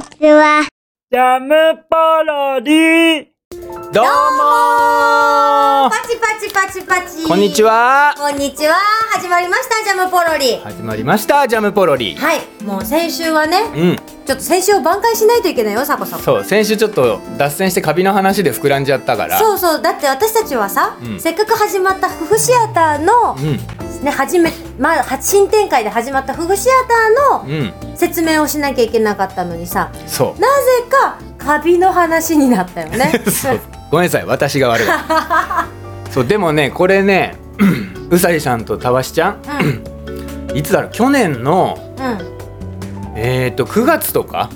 ちは。ジャムパロディどうもパチパチパチパチ。こんにち。はこんにちは。始まりました、ジャムポロリ。始まりました、ジャムポロリはい、もう先週はね、うん、ちょっと先週を挽回しないといけないよ、サコさん。そう、先週ちょっと脱線してカビの話で膨らんじゃったからそうそう、だって私たちはさ、うんせっかく始まった夫婦シアターの、うん、ね、初め、まあ、新展開で始まった夫婦シアターうん、の説明をしなきゃいけなかったのにさ、そなぜかカビの話になったよね。う そうごめんなさい、私が悪いそう、でもね、これね うさぎちゃんとたわしちゃんうん、いつだろう、去年のうん、えっ、ー、と、9月とか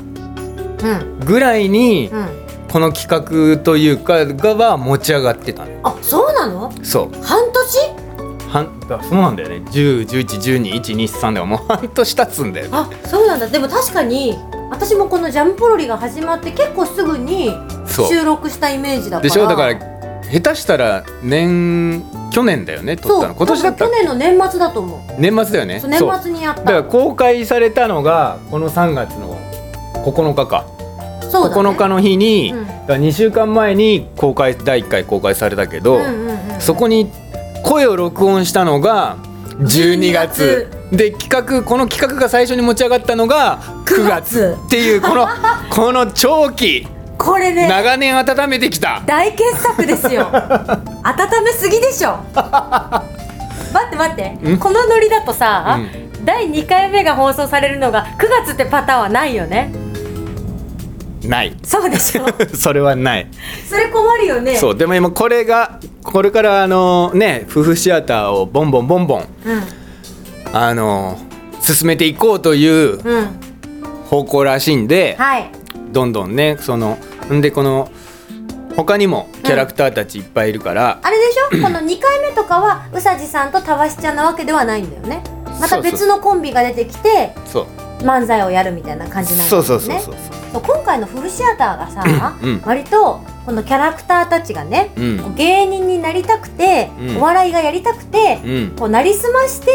うん、ぐらいにうん。この企画というかがは持ち上がってたのあ、そうなのそう半年半あそうなんだよね1011121123でももう半年経つんだよねあそうなんだでも確かに私もこの「ジャムポロリ」が始まって結構すぐにそう収録したイメージだからでしょだから下手したら年去年だよね撮ったそうの今年だった多分去年の年末だと思う年末だよねそうそう年末にやっだからた公開されたのがこの3月の9日か、そうだ、ね、 9日の日に、うんだ2週間前に公開第1回公開されたけど、うんうんうんそこに声を録音したのが12月で企画この企画が最初に持ち上がったのが9月月ってい うこのこの長期これね長年温めてきた大傑作です よ温めすぎでしょ待って待ってんこのノリだとさ、う第2回目が放送されるのが9月ってパターンはないよねない そうでしょそれはないそれ困るよねそうでも今これがこれからあのね夫婦シアターをボンボンボンボンうんあの進めていこうといううん方向らしいんで、はいどんどんねそのんでこの他にもキャラクターたちいっぱいいるから、あれでしょこの2回目とかはうさじさんとたわしちゃんなわけではないんだよねまそうそたう別のコンビが出てきてそう漫才をやるみたいな感じなんですそようねそうそうそうそう今回のフルシアターがさ、うんうん割とこのキャラクターたちがね、うんこう芸人になりたくて、うんお笑いがやりたくて、うんこうなりすまして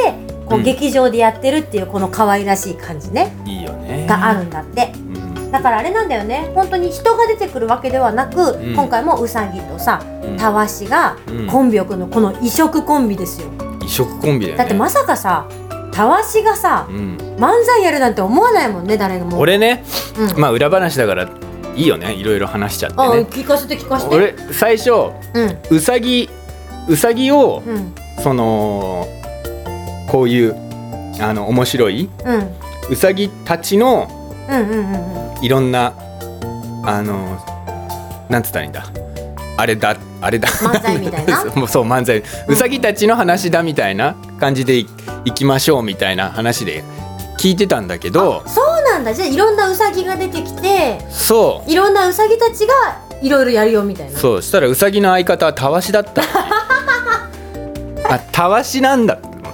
こううん劇場でやってるっていうこの可愛らしい感じね、いいよねがあるんだってうんだからあれなんだよね本当に人が出てくるわけではなく、ん今回もうさぎとさうんたわしがうんコンビを組むこの異色コンビですよ、異色コンビだよねだってまさかさたわしがさうん、漫才やるなんて思わないもんね誰も俺ね、うんまあ裏話だからいいよねいろいろ話しちゃってあね聞かせて聞かせて俺最初うんうさぎうさぎを、うんそのこういうあの面白いうんうさぎたちのうんうんうんうんいろんなあのなんつったらいいんだあれだあれだ漫才みたいな そうもうそう漫才うさぎたちの話だみたいな感じでいいきましょうみたいな話で聞いてたんだけどそうなんだじゃあいろんなウサギが出てきてそういろんなウサギたちがいろいろやるよみたいなそうしたらうさぎの相方はたわしだ ったのねあたわしなんだと思って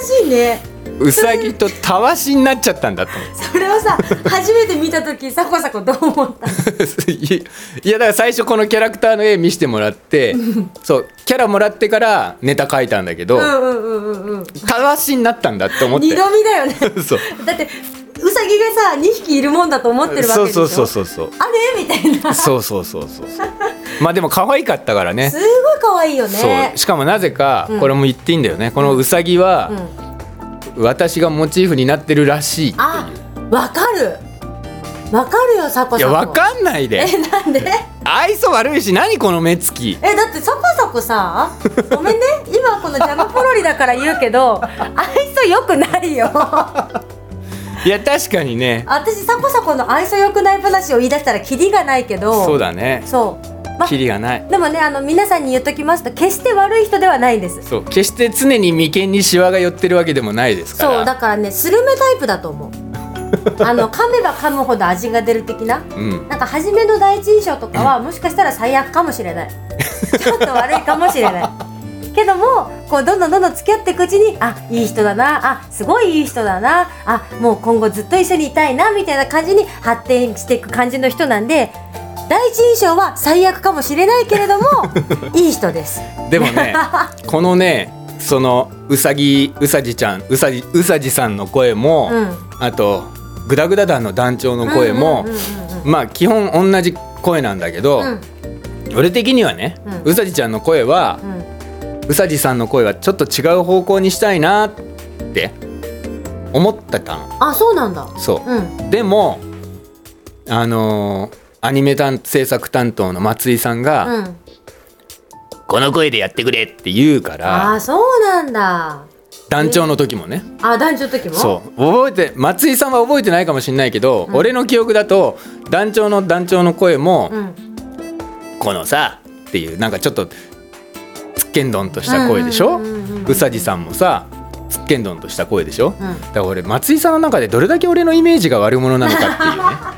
新しいねうさぎとたわしになっちゃったんだと思っそれをさ初めて見た時サコサコどう思ったて いいやだから最初このキャラクターの絵見せてもらって そうキャラもらってからネタ書いたんだけど、うんうんうんうんうんたわしになったんだって思って二度見だよね そうだってウサギがさ2匹いるもんだと思ってるわけそでうしょそうそうそうそうあれみたい なそうそうそうそ うそうまあでも可愛かったからねすごい可愛いよねそうしかもなぜかこれも言っていいんだよね、このうさぎはうん、私がモチーフになってるらしいっていうあわかるわかるよサコサコいやわかんないでえなんで愛想悪いし何この目つきえだってサコサコさごめんね今このジャムポロリだから言うけど愛想良くないよいや確かにね私サコサコの愛想良くない話を言い出したらキリがないけどそうだねそうまあキリがないでもねあの皆さんに言っときますと決して悪い人ではないんですそう決して常に眉間にシワが寄ってるわけでもないですからそうだからねスルメタイプだと思うあの噛めば噛むほど味が出る的なうんなんか初めの第一印象とかはもしかしたら最悪かもしれない ちょっと悪いかもしれないけどもこうどんどんどんどん付き合っていくうちにあいい人だなあすごいいい人だなあもう今後ずっと一緒にいたいなみたいな感じに発展していく感じの人なんで第一印象は最悪かもしれないけ れどもいい人です でもねこのねそのうさぎうさじちゃんうさじうさじさんの声も、うんあとグダグダ団の団長の声も、うんうんうんうんまあ基本同じ声なんだけど、うん俺的にはね、うんうさじちゃんの声は、うんうさじさんの声はちょっと違う方向にしたいなって思ってたのあそうなんだそううんでもあのーアニメ担制作担当の松井さんが、うんこの声でやってくれって言うかあらあそうなんだ団長の時もね、あ団長の時もそう覚えて松井さんは覚えてないかもしれないけど、俺の記憶だと団長の団長の声も、ん、このさっていうなんかちょっとつっけんどんとした声でしょうんうんうんうんうんうさじさんもさつっけんどんとした声でしょ、うんだから俺松井さんの中でどれだけ俺のイメージが悪者なのかっ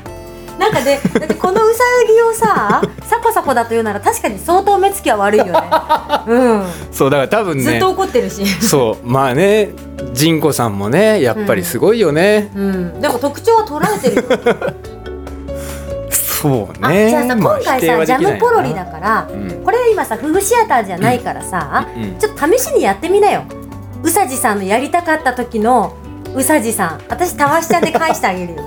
ていうねなんかで、だってこのウサギをさ、サコサコだというなら確かに相当目つきは悪いよね。 そうだから多分うん。ねずっと怒ってるし。そうまあね仁子さんもねやっぱりすごいよね、うん。でも特徴は捉え てるよ。そうあ、ねじゃあさ、まあ今回否定さ、はジでャきないムなポロリだから、うんこれ今さ、フグシアターじゃないからさ、うんうんちょっと試しにやってみなよ。うさじさんのやりたかった時のうさじさん、私たわしちゃんで返してあげる よ。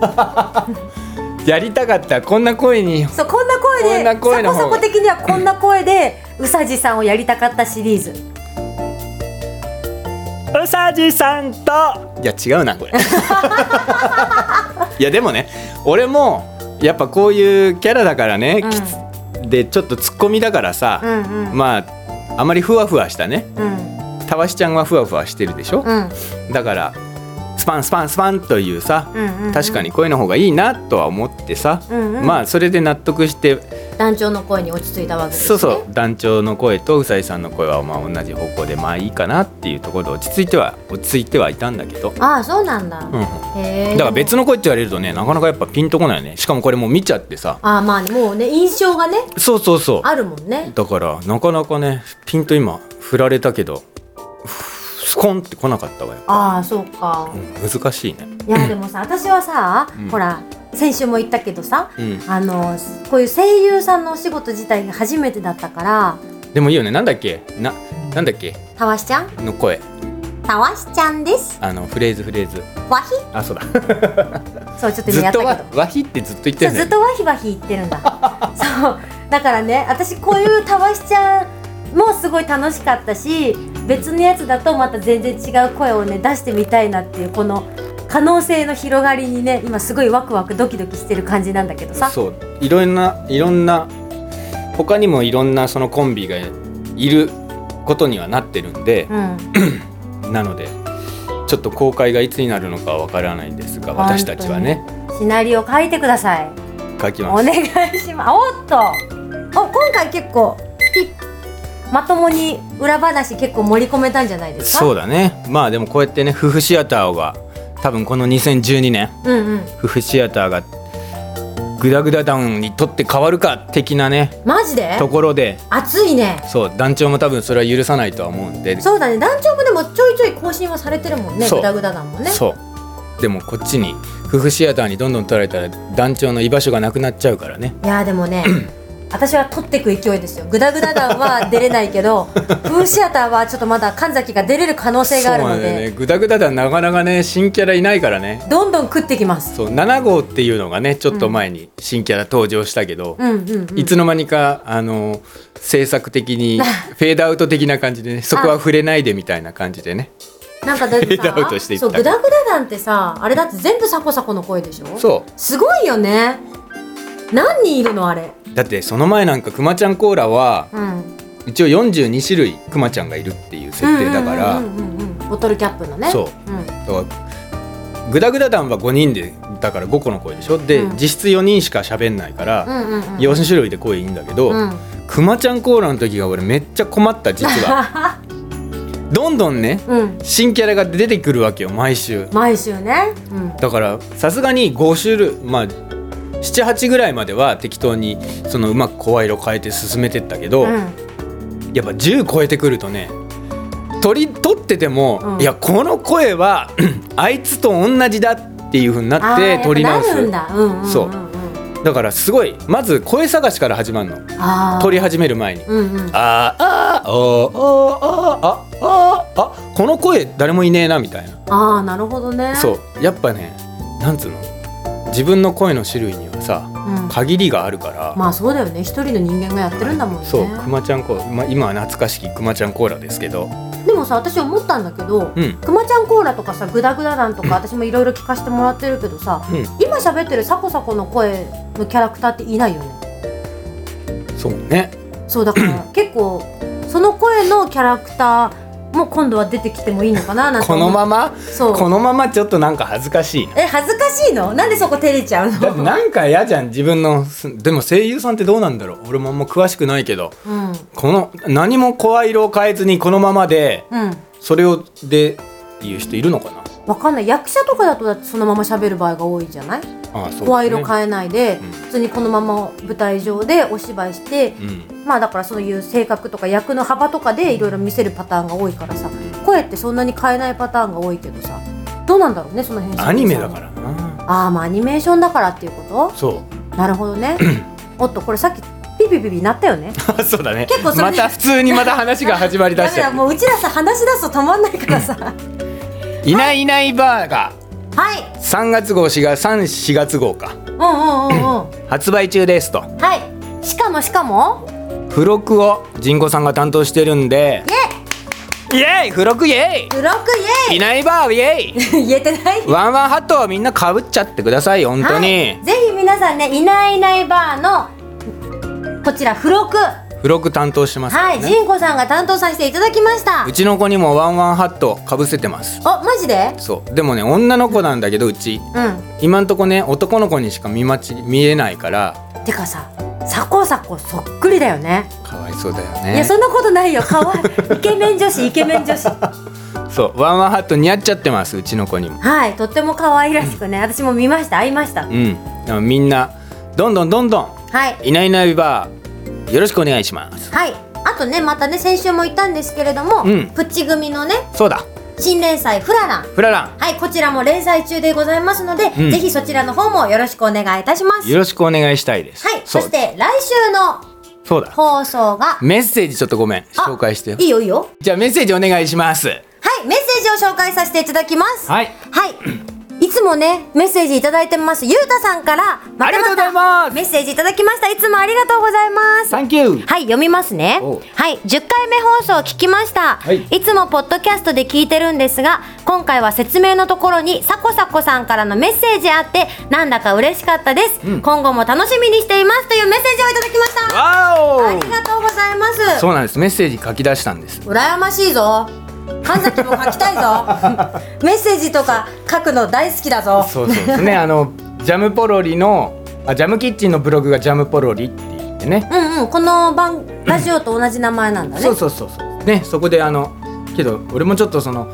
やりたかったこんな声にそう、こんな声こんなで、声サのコ方がサコ的にはこんな声でうさじさんをやりたかったシリーズ。うさじさんといや違うなこれ いやでもね俺もやっぱこういうキャラだからね、うんきつでちょっとツッコミだからさ、うんうん。まああまりふわふわしたねうんたわしちゃんはふわふわしてるでしょ、うん。だからスパンスパンスパンというさ、うんうんうん確かに声の方がいいなとは思ってさ、うんうんまあそれで納得して団長の声に落ち着いたわけです、そね、うそう団長の声とうさぎさんの声はまあ同じ方向でまあいいかなっていうところで落ち着いては落ち着いてはいたんだけど、ああそうなんだ、うん、だへえから別の声って言われるとねなかなかやっぱピンとこないよねしかもこれもう見ちゃってさああまあもうね印象がねそうそうそうあるもんねだからなかなかねピンと今振られたけどふスコンって来なかったわよ、ああそうかうん難しいねいやでもさ私はさ、うんほら先週も言ったけどさ、うんあのこういう声優さんのお仕事自体が初めてだったからでもいいよねなんだっけななんだっけたわしちゃんの声たわしちゃんですあのフレーズフレーズわひあそうだそうちょっとず今やっったとけわどわひってずっと言ってそうるんずだよっねとわひわひ言ってるんだ そうだからね私こういうたわしちゃんもすごい楽しかったし別のやつだとまた全然違う声をね出してみたいなっていうこの可能性の広がりにね今すごいワクワクドキドキしてる感じなんだけどさそういろんないろんな他にもいろんなそのコンビがいることにはなってるんで、うん、なのでちょっと公開がいつになるのかはわからないんですが本当に私たちはねシナリオ書いてください書きおます願いしますおっとお今回結構ピッまともに裏話結構盛り込めたんじゃないですかそううだねまあでもこうやってね夫婦シアターが多分この2012年うんうん夫婦シアターがグダグダダウンにとって変わるか的なねマジでところで熱いねそう団長も多分それは許さないとは思うんでそうだね団長もでもちょいちょい更新はされてるもんねそうグダグダだもんねそうでもこっちに夫婦シアターにどんどん取られたら団長の居場所がなくなっちゃうからねいやーでも ね私は取ってく勢いですよグダグダ団は出れないけ どフーシアターはちょっとまだ神崎が出れる可能性があるのそうなんだよで、ねグダグダだなかなかね新キャラいないからねどんどん食ってきますそう7号っていうのがねちょっと前に新キャラ登場したけど、うんうんうんいつの間にかあの制作的に フェードアウト的な感じでねそこは触れないでみたいな感じでねなんかだって フェードアウトしていさっそたうグダグダ団ってさあれだって全部サコサコの声でしょそすごいよね何人いるのあれうだってその前なんかくまちゃんコーラはうん一応42種類くまちゃんがいるっていう設定だから、うんうんうんうんボトルキャップのね、そうん、だからグダグダ団は5人でだから5個の声でしょで、うん実質4人しか喋んないかうら、んうんうん4種類で声いいんだけど、うん くまちゃんコーラの時が俺めっちゃ困った実 はどんどんねうん新キャラが出てくるわけよ毎週毎週ねうんだからさすがに5種類まあ78ぐらいまでは適当にそのうまく声色変えて進めてったけど、うんやっぱ10超えてくるとね取り取ってても、うんいやこの声は あいつと同じだっていう風になあっーやてっぱ取り直なるんすだ、うんうんうんうん、そうだからすごいまず声探しから始まるのあー取り始める前に。うんうんあーあーおーおーあーあーああこの声誰もいねえなみたいなああなるほどねそうやっぱねなんつうの自分の声の種類にはさうん、限りがあるから、まあそうだよね一人の人間がやってるんだもんね、そうくまちゃんコーラ、まあ、今は懐かしきくまちゃんコーラですけどでもさ私思ったんだけど、うんくまちゃんコーラとかさグダグダなんとか私もいろいろ聞かせてもらってるけどさう今喋ってるサコサコの声のキャラクターっていないよねんそうねそうだから 結構その声のキャラクターも今度は出てきてもいいのかななんてこ思うのままそうこのままちょっとなんか恥ずかしいなえ恥ずかしいのなんでそこ照れちゃうだっの、てなんか嫌じゃん自分のすでも声優さんってどうなんだろう俺もあんま詳しくないけどうんこの何も声色を変えずにこのままでうんそれをでっていう人いるのかなわかんない役者とかだとだってそのまま喋る場合が多いじゃないああそう声色え変えないで、うん普通にこのまま舞台上でお芝居して、うんまあだからそういう性格とか役の幅とかでいろいろ見せるパターンが多いからさ声ってそんなに変えないパターンが多いけどさどうなんだろうねその辺アニメだからなああまあアニメーションだからっていうこそうとなるほど ねおっとこれさっきピピピピなったよねあそう だね結構それまた普通にまた話が始まりだしだたもううちらさ話し出すと止まんないから さはいないいないバーガーい3月号4月34月号かうんうんうんうん発売中ですとはいしかもしかも付録を仁子さんが担当してるんでイエイエイ付録イエイブロックイイエいないバーイエイイ 言えてないワンワンハットをみんなかぶっちゃってください本当に、はい、ぜひ皆さんね「いないいないバー」のこちら付録付録担当してますかはらいね、仁子さんが担当させていただきましたうちの子にもワンワンハットかぶせてますおマジでそうでもね女の子なんだけどうちうん今んとこね男の子にしか見まち見えないからてかさサコサコそっくりだよねかわいそうだよいやねそんなことないよかわ いいイケメン女子イケメン女子そうワンワンハット似合っちゃってますうちの子にもはいとっても可愛らしくね私も見ました会いましたうんでもみんなどんどんどんどんはいいないいないバーよろしくお願いしますはいあとねまたね先週も言ったんですけれども、うんプッチ組のねそうだ新連載「フララン」フララはいこちらも連載中でございますので、うんぜひそちらの方もよろしくお願いいたしますンよろしくお願いしたいですはい、そそうして来週のそうだ放送がメッセージちょっとごめん紹介してよいいよいいよじゃあメッセージお願いしますはいメッセージを紹介させていただきますはいはいいつもねメッセージいただいてますゆうたさんからまありたがとまうございたますメッセージいただきましたいつもありがとうございますサンキューはい読みますねおうはい10回目放送を聞きました、はいい、つもポッドキャストで聞いてるんですが今回は説明のところにさこさこさんからのメッセージあってなんだか嬉しかったです、今後も楽しみにしていますというメッセージをいただきましたわありおがとうございますそうなんですメッセージ書き出したんです羨ましいぞ神崎も書きたい ぞメッセージとか書くの大好きだぞそうそうですね あのジャムポロリのあジャムキッチンのブログがジャムポロリって言ってねうんうんこの番ラジオと同じ名前なんだねそうそうそうそうねそこであのけど俺もちょっとそのフ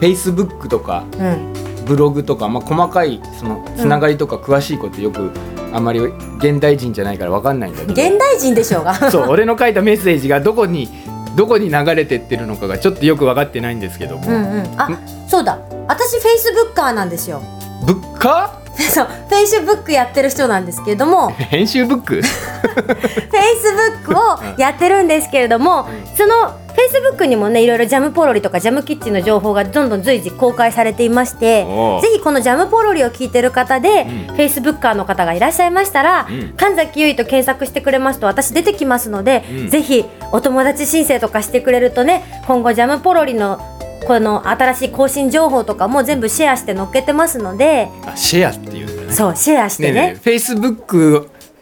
ェイスブックとかうんブログとか、まあ、細かいそのつながりとか詳しいことよく、あんまり現代人じゃないからわかんないんだけど現代人でしょうがそう俺の書いたメッセージがどこにどこに流れてってるのかがちょっとよく分かってないんですけども、うんうんあそうだ私フェイスブッカーなんですよ ブッカそうフェイスブックやってる人なんですけれどもー編集ブックフェイスブックをやってるんですけれども、そのフェイスブックにもねいろいろジャムポロリとかジャムキッチンの情報がどんどん随時公開されていましておうぜひこのジャムポロリを聞いてる方で、うんフェイスブッカーの方がいらっしゃいましたら、うん神崎優衣と検索してくれますと私出てきますので、うんぜひお友達申請とかしてくれるとね今後ジャムポロリのこの新しい更新情報とかも全部シェアして載っけてますのであシェアっていうんだねそうシェアしてねえねねフェイスブック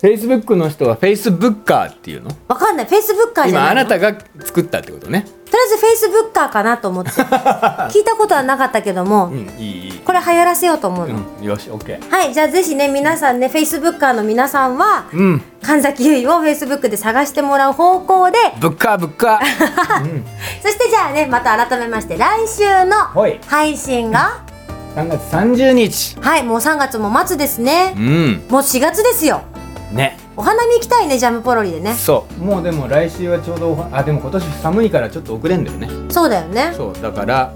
フェイスブックの人はフェイスブッカーっていうのわかんないフェイスブッカーじゃ今ないあのなたが作ったってことねとりあえずフェイスブッカーかなと 思って聞いたことはなかったけども、うんいいいいこれ流行らせようと思うの、うんよし OK はいじゃあぜひね皆さんねフェイスブッカーの皆さんは、うん神崎優衣をフェイスブックで探してもらう方向でブッカーブッカ ーそしてじゃあねまた改めまして来週のはい配信が3月30日はいもう3月も末ですうね、んもう4月ですよねお花見行きたいねジャムポロリでねそうもうでも来週はちょうどおはあでも今年寒いからちょっと遅れんだよねそうだよねそうだから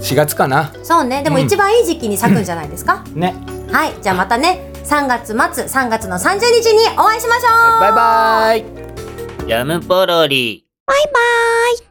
4月かなそうねでもうん一番いい時期に咲くんじゃないですか、ねはいじゃあまたね3月末3月の30日にお会いしましょうバイバイジャムポロリ。